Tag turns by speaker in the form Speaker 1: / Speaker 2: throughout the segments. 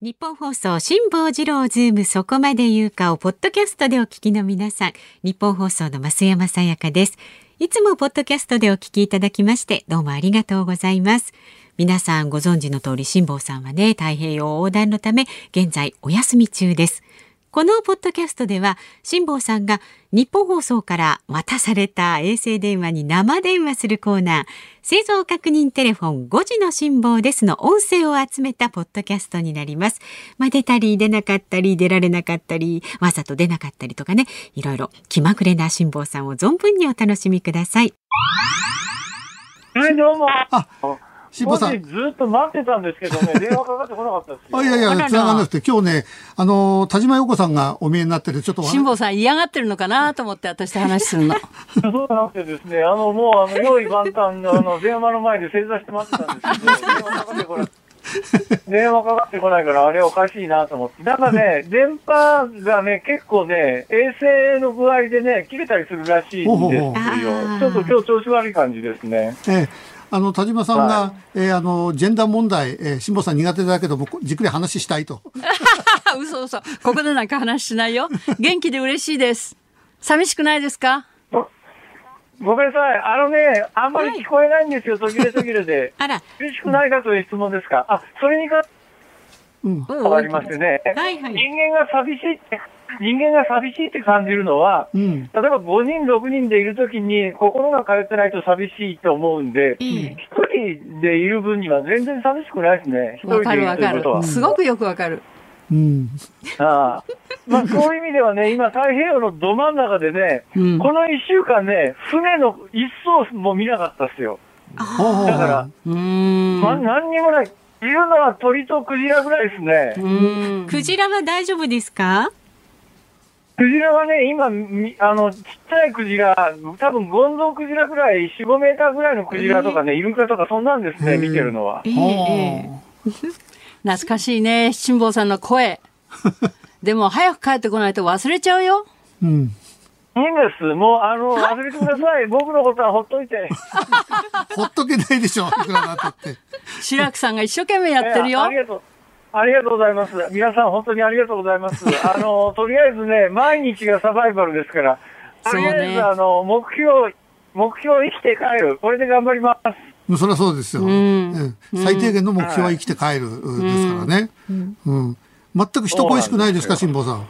Speaker 1: 日本放送辛坊治郎ズームそこまで言うかをポッドキャストでお聞きの皆さん日本放送の増山さやかですいつもポッドキャストでお聞きいただきましてどうもありがとうございます皆さんご存知の通り辛坊さんはね太平洋横断のため現在お休み中ですこのポッドキャストでは辛坊さんが日本放送から渡された衛星電話に生電話するコーナー製造確認テレフォン5時の辛坊ですの音声を集めたポッドキャストになります。まあ、出たり出なかったり出られなかったりわざと出なかったりとかねいろいろ気まぐれな辛坊さんを存分にお楽しみください。
Speaker 2: はい、どうも。
Speaker 3: あ、しんぽさ
Speaker 2: も
Speaker 3: ん
Speaker 2: し。ずっと待ってたんですけどね、電話かかってこなかったんですよ。
Speaker 3: あいやい
Speaker 1: あら
Speaker 3: や、
Speaker 1: ら。
Speaker 3: 繋がんなくて、今日ね、あのー、田島陽子さんがお見えになってて、ちょっとお話
Speaker 4: 辛坊さん嫌がってるのかなと思って私と話するの。
Speaker 2: そうじゃなくてですね、あの、もう、あの、用意万端の、あの、電話の前で正座して待ってたんですけど、電話かかってこない。電話かかってこないから、あれおかしいなと思って。なんかね、電波がね、結構ね、衛星の具合でね、切れたりするらしいんですよ
Speaker 3: ほうほうほう。
Speaker 2: ちょっと今日調子悪い感じですね。
Speaker 3: ええあの、田島さんが、
Speaker 2: は
Speaker 3: えーあの、ジェンダー問題、えー、辛坊さん苦手だけども、こじっくり話したいと。
Speaker 4: 嘘嘘。ここでなんか話しないよ。元気で嬉しいです。寂しくないですか
Speaker 2: ごめんなさい。あのね、あんまり聞こえないんですよ、途切れ途切れで
Speaker 1: あら、
Speaker 2: 嬉しくないかという質問ですか。あ、それに関
Speaker 3: うん。
Speaker 4: うん
Speaker 2: わかりますね。
Speaker 1: はいはい
Speaker 2: 人間が寂しいって、人間が寂しいって感じるのは、
Speaker 3: う
Speaker 2: 例
Speaker 3: ん。
Speaker 2: えば5人、6人でいるときに心が通ってないと寂しいと思うんで、
Speaker 1: ええ
Speaker 2: 一人でいる分には全然寂しくないですね。一
Speaker 4: わ
Speaker 2: 人
Speaker 4: か
Speaker 2: でいる
Speaker 4: るわ
Speaker 2: とい
Speaker 4: か
Speaker 2: うこ
Speaker 4: る
Speaker 2: とは。。
Speaker 4: すごくよくわかる。
Speaker 3: うん。
Speaker 2: ああまあそういう意味ではね、今太平洋のど真ん中でね、
Speaker 4: うん
Speaker 2: この一週間ね、船の一艘も見なかったっすよ。
Speaker 3: ほうほう
Speaker 2: だから、
Speaker 4: うーん。
Speaker 2: ま、
Speaker 4: う
Speaker 2: 何にもない。いるのは鳥とクジラぐらいですね。
Speaker 4: ーん。
Speaker 1: クジラは大丈夫ですか？
Speaker 2: クジラはね、今、みあの、ちっちゃいクジラ、多分ゴンゾウクジラぐらい、4、5メーターぐらいのクジラとかね、イルカとかそんなんです
Speaker 3: へ
Speaker 2: ね、
Speaker 3: ー
Speaker 2: 見てるのは。
Speaker 1: ええええ
Speaker 3: ほ
Speaker 4: 懐かしいね。辛坊さんの声。でも早く帰ってこないと忘れちゃうよ。
Speaker 3: ううん。
Speaker 2: いいんです。もう、あの、忘れてください。僕のことはほっとい て。
Speaker 3: ほっとけないでしょ、いくらだってって。
Speaker 4: 志らくさんが一生懸命やってる
Speaker 2: い
Speaker 4: よ
Speaker 2: あり。がとう。ありがとうございます。皆さん本当にありがとうござい ます。あの、とりあえずね、毎日がサバイバルですから、と
Speaker 4: そうね
Speaker 2: りあえず、あの、目標、目標生きて帰る。これで頑張ります。
Speaker 3: うんそりゃそうですよ、うんん最低限の目標は生きて帰る、うんですからね。うん。全く人恋しくないですか、
Speaker 2: そ
Speaker 3: 辛坊さん。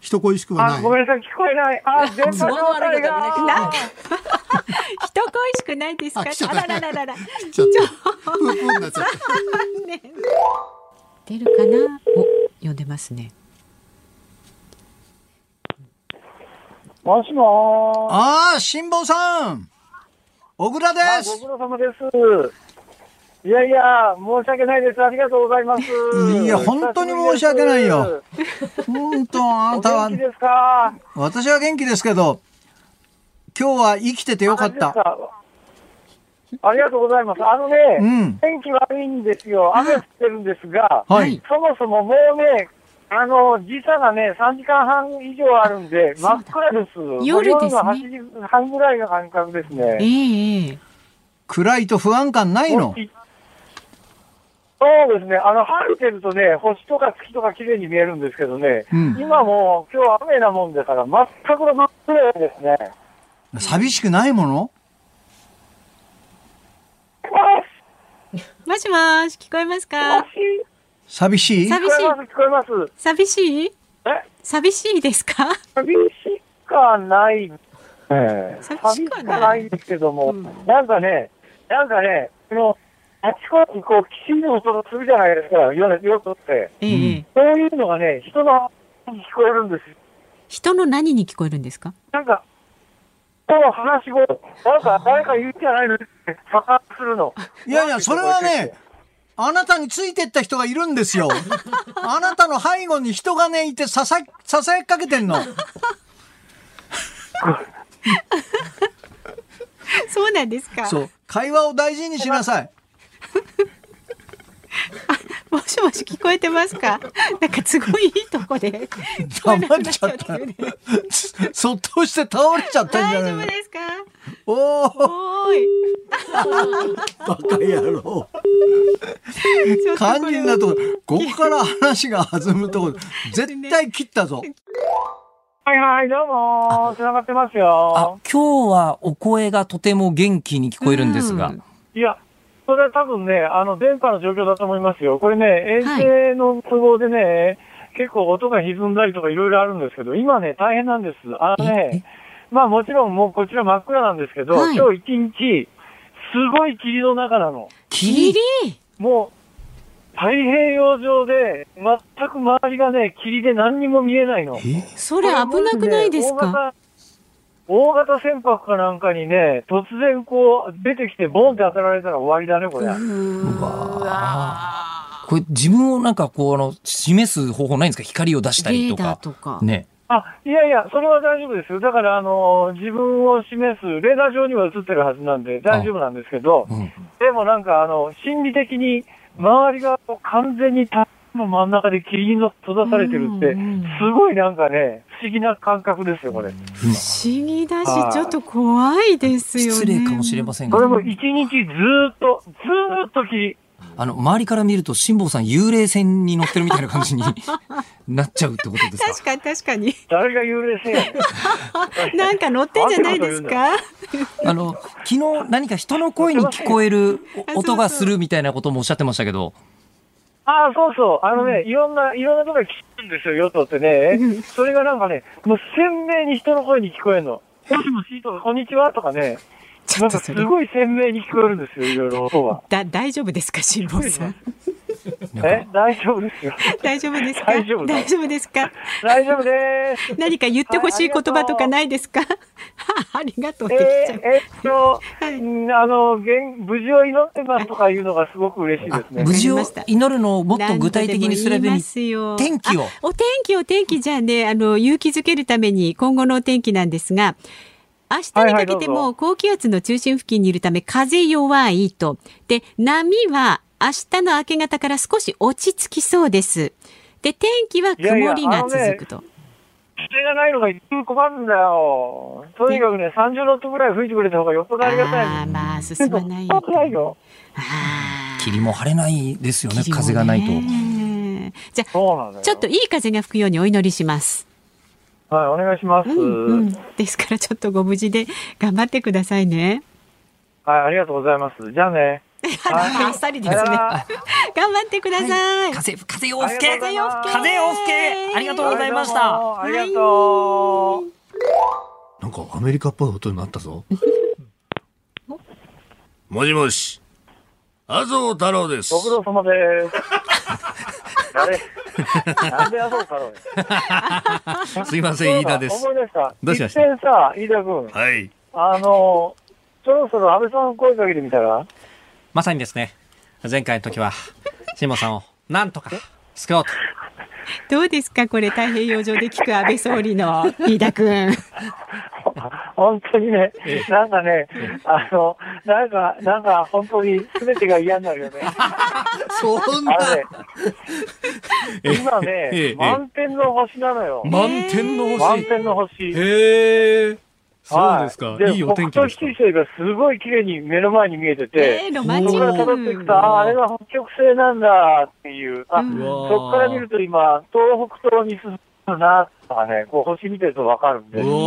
Speaker 3: 人恋しくはな
Speaker 2: あ、
Speaker 3: い。
Speaker 2: ごめんなさい、聞こえない。あ、電波状態
Speaker 4: 都合悪いこと
Speaker 2: が。
Speaker 1: 人恋しくないですか？
Speaker 3: あ来ちゃっ
Speaker 1: あ
Speaker 3: た
Speaker 1: ららららら。
Speaker 3: ちょっと。プープーになっちゃった。
Speaker 1: 出るかな？お、呼んでますね。
Speaker 2: もしもーし。
Speaker 5: ああ、辛坊さん小倉で
Speaker 2: あご
Speaker 5: す
Speaker 2: 苦労様です。いやいや、申し訳ないです。ありがとうございます。
Speaker 5: いや本当に申し訳ないよ。本当、あ
Speaker 2: あ
Speaker 5: な
Speaker 2: な
Speaker 5: た
Speaker 2: た
Speaker 5: は
Speaker 2: は。元気、ですか
Speaker 5: 私は元気ですけど、今日は生きててよかっ
Speaker 2: 元気です
Speaker 5: た。
Speaker 2: かありがとうございます。あのね、
Speaker 5: うん
Speaker 2: 天気悪いんですよ。雨降ってるんですが、
Speaker 5: はい
Speaker 2: そもそももうね、あの、時差がね、3時間半以上あるんで、真っ暗です。
Speaker 1: 夜ですね
Speaker 2: もうの8時半ぐらいの感覚ですね。
Speaker 1: ええええ。
Speaker 5: 暗いと不安感ないの
Speaker 2: そうですね。あの、晴れてるとね、星とか月とか綺麗に見えるんですけどね、
Speaker 5: うん
Speaker 2: 今もう今日雨なもんだから、全くの真っ暗ですね。
Speaker 5: 寂しくないもの
Speaker 1: もしもし聞こえますか？
Speaker 5: 寂しい
Speaker 1: 寂しい
Speaker 2: 聞こえます、聞こえます。
Speaker 1: 寂しい？
Speaker 2: え
Speaker 1: 寂しいですか？
Speaker 2: 寂しかない。ええ
Speaker 1: 寂し
Speaker 2: 寂し
Speaker 1: くは
Speaker 2: く
Speaker 1: ない
Speaker 2: はないんですけども、なんかね、なんかね、その、あちこちにこう、きしんの音がするじゃないですか、夜、夜とって。
Speaker 1: ええええ。
Speaker 2: そういうのがね、人の話に聞こえるんですよ
Speaker 1: 人の何に聞こえるんですか？
Speaker 2: なんか、この話を、なんか誰か言うんじゃないのって、爆発するの。
Speaker 5: いやいや、それはね、あなたについてった人がいるん ですよ。あなたの背後に人がね、いてささ、ささやきかけてんの。
Speaker 1: そうなんですか。
Speaker 5: そう。会話を大事にしなさい。
Speaker 1: もしもし聞こえてますかなんかすごいいいとこで。
Speaker 5: 黙っち
Speaker 1: 聞
Speaker 5: ゃった
Speaker 1: こえなくなっちゃうていうね。
Speaker 5: そっとして倒れちゃったんじ
Speaker 1: 大丈
Speaker 5: ゃな
Speaker 1: 夫
Speaker 5: いの
Speaker 1: ですか
Speaker 5: おー、
Speaker 1: おーい。
Speaker 5: バカ野郎。
Speaker 1: ちょっとこ
Speaker 5: 肝
Speaker 1: れ
Speaker 5: 心なとこ、ここから話が弾むとこ、絶対切っ たぞ。
Speaker 2: はいはい、どうも、繋がってますよ
Speaker 6: あ。、今日はお声がとても元気に聞こえるんですが。
Speaker 2: いや、それは多分ね、あの、電波の状況だと思いますよ。これね、遠征の都合でね、結構音が歪んだりとかいろいろあるんですけど、今ね、大変なんです。あのね、まあもちろんもうこちら真っ暗なんですけど、
Speaker 1: はい
Speaker 2: 今日一日、すごい霧の中なの。
Speaker 1: 霧
Speaker 2: もう、太平洋上で、全く周りがね、霧で何にも見えないの。
Speaker 1: それ危なくないですか
Speaker 2: 大型大型船舶かなんかにね、突然こう、出てきて、ボンって当たられたら終わりだね、これ。
Speaker 6: これ自分をなんかこう、あの、示す方法ないんですか光を出した
Speaker 1: レー
Speaker 6: りと
Speaker 1: ダー
Speaker 6: か。
Speaker 1: とか。
Speaker 6: ね。
Speaker 2: あ、いやいや、それは大丈夫ですよ。だから、あの、自分を示す、レーダー上には映ってるはずなんで、大丈夫なんですけど、
Speaker 6: うん。
Speaker 2: でもなんか、あの、心理的に、周りがこう完全にたの真ん中で霧に閉ざされてるって、
Speaker 1: うんうん
Speaker 2: すごいなんかね、不思議な感覚ですよ、これ。
Speaker 1: 不思議だ
Speaker 2: は
Speaker 1: し、
Speaker 2: い
Speaker 1: ちょっと怖いですよね。
Speaker 6: 失礼かもしれません
Speaker 2: これも
Speaker 6: が、
Speaker 2: 一日ずーっと、ずーっと霧。
Speaker 6: あの、周りから見ると、辛坊さん幽霊船に乗ってるみたいな感じになっちゃうってことですか
Speaker 1: 確かに確かに。
Speaker 2: 誰が幽霊せやねん。
Speaker 1: なんか乗ってんじゃないですか
Speaker 6: あの、昨日何か人の声に聞こえる
Speaker 1: あ
Speaker 6: お音が
Speaker 1: そうそう
Speaker 6: するみたいなこともおっしゃってましたけど、
Speaker 2: ああ、そうそう。あのね、いろんな、いろんなところで聞くんですよ、与党ってね。それがなんかね、もう鮮明に人の声に聞こえるの。もしもしとか、こんにちはとかね。なんかすごい鮮明に聞こえるんですよ、いろいろ音は。
Speaker 1: だ、大丈夫ですか辛坊さん。
Speaker 6: なん
Speaker 2: え
Speaker 6: か、
Speaker 2: 大丈夫ですよ。
Speaker 1: 大丈夫ですか
Speaker 2: 大丈夫だ
Speaker 1: 大丈夫ですか
Speaker 2: 大丈夫です。
Speaker 1: 何か言ってほしい言葉とかないですか ありがとうって言っちゃ
Speaker 2: え
Speaker 1: う
Speaker 2: ー、。えっと、
Speaker 1: はい
Speaker 2: うんあの、現無事を祈ってますとかいうのがすごく嬉しいですね
Speaker 6: 無。事
Speaker 1: わ
Speaker 6: を
Speaker 1: かりました
Speaker 6: 祈るのをもっと具体的にすれば
Speaker 1: 何度でも
Speaker 6: いい
Speaker 1: 言いますよ
Speaker 6: 天気を
Speaker 1: あお天気お天気じゃあね、あの、勇気づけるために今後のお天気なんですが、明日にかけて
Speaker 2: はいはいどう
Speaker 1: も
Speaker 2: ぞ
Speaker 1: 高気圧の中心付近にいるため風弱いと。で、波は明日の明け方から少し落ち着きそうです。で、天気は曇りが続くと。
Speaker 2: 風がないのが一番困るんだよ。とにかくね、30ノットぐらい吹いてくれた方がよっぽどありがたい
Speaker 1: ああ、
Speaker 2: の。
Speaker 1: まあ、進まない。
Speaker 2: よっぽどないよ。
Speaker 1: あー
Speaker 6: 霧も晴れないですよね、風がないと。
Speaker 1: ねじゃ
Speaker 2: そうなんだ
Speaker 1: あ、
Speaker 2: よ。
Speaker 1: ちょっといい風が吹くようにお祈りします。
Speaker 2: はい、お願いします。
Speaker 1: うん、ですからちょっとご無事で頑張ってくださいね。
Speaker 2: はい、ありがとうございます。じゃあね。
Speaker 1: あっさりですね。
Speaker 2: さよな
Speaker 1: 頑
Speaker 2: ら
Speaker 1: 張ってください。
Speaker 6: 風、風を吹け
Speaker 2: ありがとうございます
Speaker 6: 風を吹けありがとうございました
Speaker 2: はどうもありがとう。
Speaker 7: なんかアメリカっぽい音になったぞ。もしもし。麻生太郎です。
Speaker 2: ご苦労様です。あれなんでやろうかろう。
Speaker 7: すいません、飯田です
Speaker 2: 思。い出した。
Speaker 7: どうしました
Speaker 2: 一転さ、飯田君、
Speaker 7: はい。
Speaker 2: あの、そろそろ安倍さん声かけてみたら
Speaker 8: まさにですね、前回の時は、辛坊さんをなんとか救おうと。
Speaker 1: どうですかこれ太平洋上で聞く安倍総理の飯田君。
Speaker 2: 本当にね、なんかね、あの、なんか、なんか本当に全てが嫌になるよね。
Speaker 5: そん
Speaker 2: あ
Speaker 5: な。
Speaker 2: のね、今
Speaker 7: ええ
Speaker 2: ね、満点の星なのよ。
Speaker 7: 満点の
Speaker 2: 満
Speaker 7: 星。
Speaker 2: 点の星。
Speaker 7: へえ。そうです
Speaker 2: は
Speaker 7: か。
Speaker 2: い
Speaker 7: いいお天気でし
Speaker 2: 北斗七星がすごい綺麗に目の前に見えて
Speaker 1: え
Speaker 2: て、
Speaker 1: ー、ロマン
Speaker 2: そ
Speaker 1: チ
Speaker 2: こから
Speaker 1: ッ
Speaker 2: 辿っていく
Speaker 1: ク
Speaker 2: と、。ああ、あれが北極星なんだっていう、あ、
Speaker 1: うん
Speaker 7: わ
Speaker 2: そこから見ると今、東北東に進むなとかね、こう星見てるとわかるんで
Speaker 7: た。う
Speaker 2: すよ。
Speaker 7: わ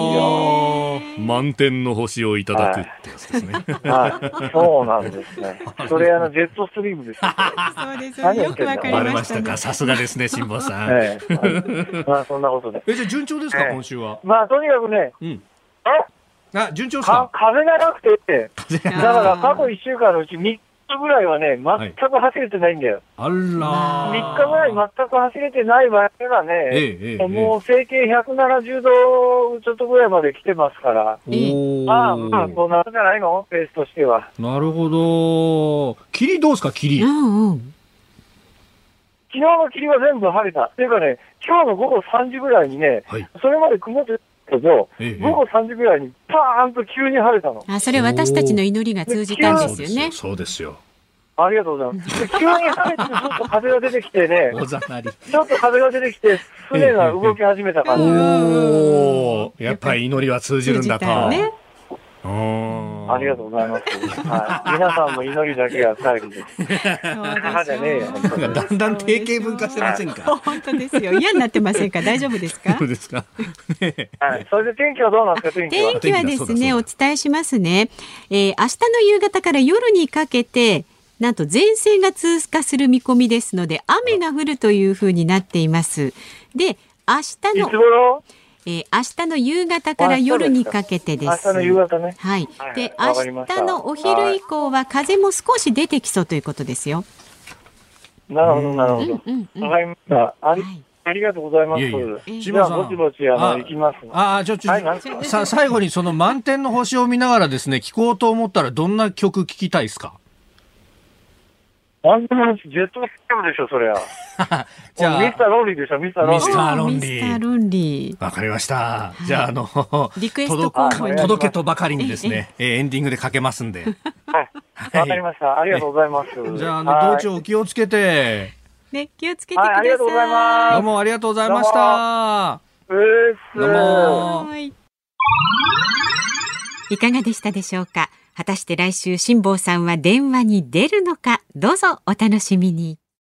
Speaker 7: ー満点の星をいただくってやつですね。
Speaker 2: はい、そうなんですね。それあの、ジェットストリームです よ。
Speaker 1: そうです よね。よくわか
Speaker 7: バレ
Speaker 1: り
Speaker 7: ま
Speaker 1: ま
Speaker 7: し
Speaker 1: した
Speaker 7: た
Speaker 1: ね
Speaker 7: か。。さすがですね、辛坊さん。
Speaker 2: ええはいまあ、そんなことで。
Speaker 7: え、じゃあ順調ですか、
Speaker 2: ええ
Speaker 7: 今週は。
Speaker 2: まあ、とにかくね、
Speaker 7: うん
Speaker 2: あ
Speaker 7: あ、順調です
Speaker 2: か
Speaker 7: か
Speaker 2: 風がなくて、だから過去1週間のうち3日ぐらいはね、
Speaker 7: い
Speaker 2: 全く走れてないんだよ。
Speaker 7: あらー。
Speaker 2: 3日ぐらい全く走れてない場合には
Speaker 7: え
Speaker 2: ね、
Speaker 7: えええ
Speaker 2: もう整形170度ちょっとぐらいまで来てますから、
Speaker 7: ええおー
Speaker 2: まあまあ、そうなるんじゃないのペースとしては。
Speaker 7: なるほど。霧どうですか、
Speaker 1: う
Speaker 7: 霧。
Speaker 1: んうん。
Speaker 2: 昨日の霧は全部晴れた。っていうかね、今日の午後3時ぐらいにね、
Speaker 7: はい
Speaker 2: それまで曇ってたけど、
Speaker 7: ええ
Speaker 2: 午後3時ぐらいにパーンと急に晴れたの。
Speaker 1: あ、それ私たちの祈りが通じたんですよね。
Speaker 7: そうですよ。
Speaker 2: ありがとうございます。急に晴れてちょっと風が出てきてね、
Speaker 9: おざなり。
Speaker 2: ちょっと風が出てきて、船が動き始めた感じです。
Speaker 10: おー、やっぱり祈りは通じるんだと。
Speaker 1: 通じたよね
Speaker 10: うーん
Speaker 2: ありがとうございます。はい、皆さんも祈りだけが頼りです。母じゃねえよ本当
Speaker 9: だんだん定型文化してませんか。
Speaker 1: 本当ですよ。嫌になってませんか大丈夫ですか
Speaker 10: どうですかね
Speaker 2: はい、それで天気はどうなんですか、天気は。
Speaker 1: 天気はで
Speaker 10: そうだ
Speaker 1: す
Speaker 10: そう
Speaker 1: ね、
Speaker 10: だ
Speaker 1: お伝えしますね。えー明日の夕方から夜にかけて、なんと前線が通過する見込みですので、雨が降るというふうになっています。で、明日
Speaker 2: い
Speaker 1: の
Speaker 2: つ、頃
Speaker 1: えー明日の夕方から夜にかけてです。
Speaker 2: 明日の夕方ね。
Speaker 1: はい
Speaker 2: は。い
Speaker 1: で、
Speaker 2: わかり
Speaker 1: 明
Speaker 2: まし
Speaker 1: 日
Speaker 2: た
Speaker 1: のお昼以降は風も少し出てきそうということですよ。
Speaker 2: なるほど、なるほど。わ
Speaker 1: うんうん。
Speaker 2: かりました。あり
Speaker 1: はい
Speaker 2: ありがとうございます。
Speaker 10: いえいえ
Speaker 1: ええ
Speaker 2: じゃあ、ぼちぼち、あの、
Speaker 5: あ
Speaker 2: 行きます。
Speaker 5: ああ、ちょ、ちょ、
Speaker 2: はいなんですか
Speaker 5: さ、最後にその満天の星を見ながらですね、聴こうと思ったらどんな曲聴きたいですか
Speaker 2: あんな話、ジェットスキャムでしょ、そりゃ。
Speaker 5: じゃあ
Speaker 2: ミスターローリーでしょ、ミスターロー
Speaker 5: ミス
Speaker 2: リ
Speaker 5: タ
Speaker 2: ー。
Speaker 5: ーロンリー
Speaker 1: ミスターロンリー。
Speaker 10: わかりました。じゃあ、あの、
Speaker 1: リクエストコーナ
Speaker 2: ー
Speaker 5: 届
Speaker 2: に
Speaker 5: け届けとばかりにですね、えーエンディングでかけますんで。
Speaker 2: はい。わかりました。ありがとうございます。
Speaker 5: じゃあ、あの、
Speaker 2: はい
Speaker 5: 道。長お気をつけて、
Speaker 1: ね、気をつけてくだ
Speaker 2: は
Speaker 1: さ
Speaker 2: い
Speaker 1: い。
Speaker 2: ありがとうございます
Speaker 5: どうもありがとうございました。
Speaker 2: うっす
Speaker 5: どうも
Speaker 1: はい。いかがでしたでしょうか果たして来週辛坊さんは電話に出るのかどうぞお楽しみに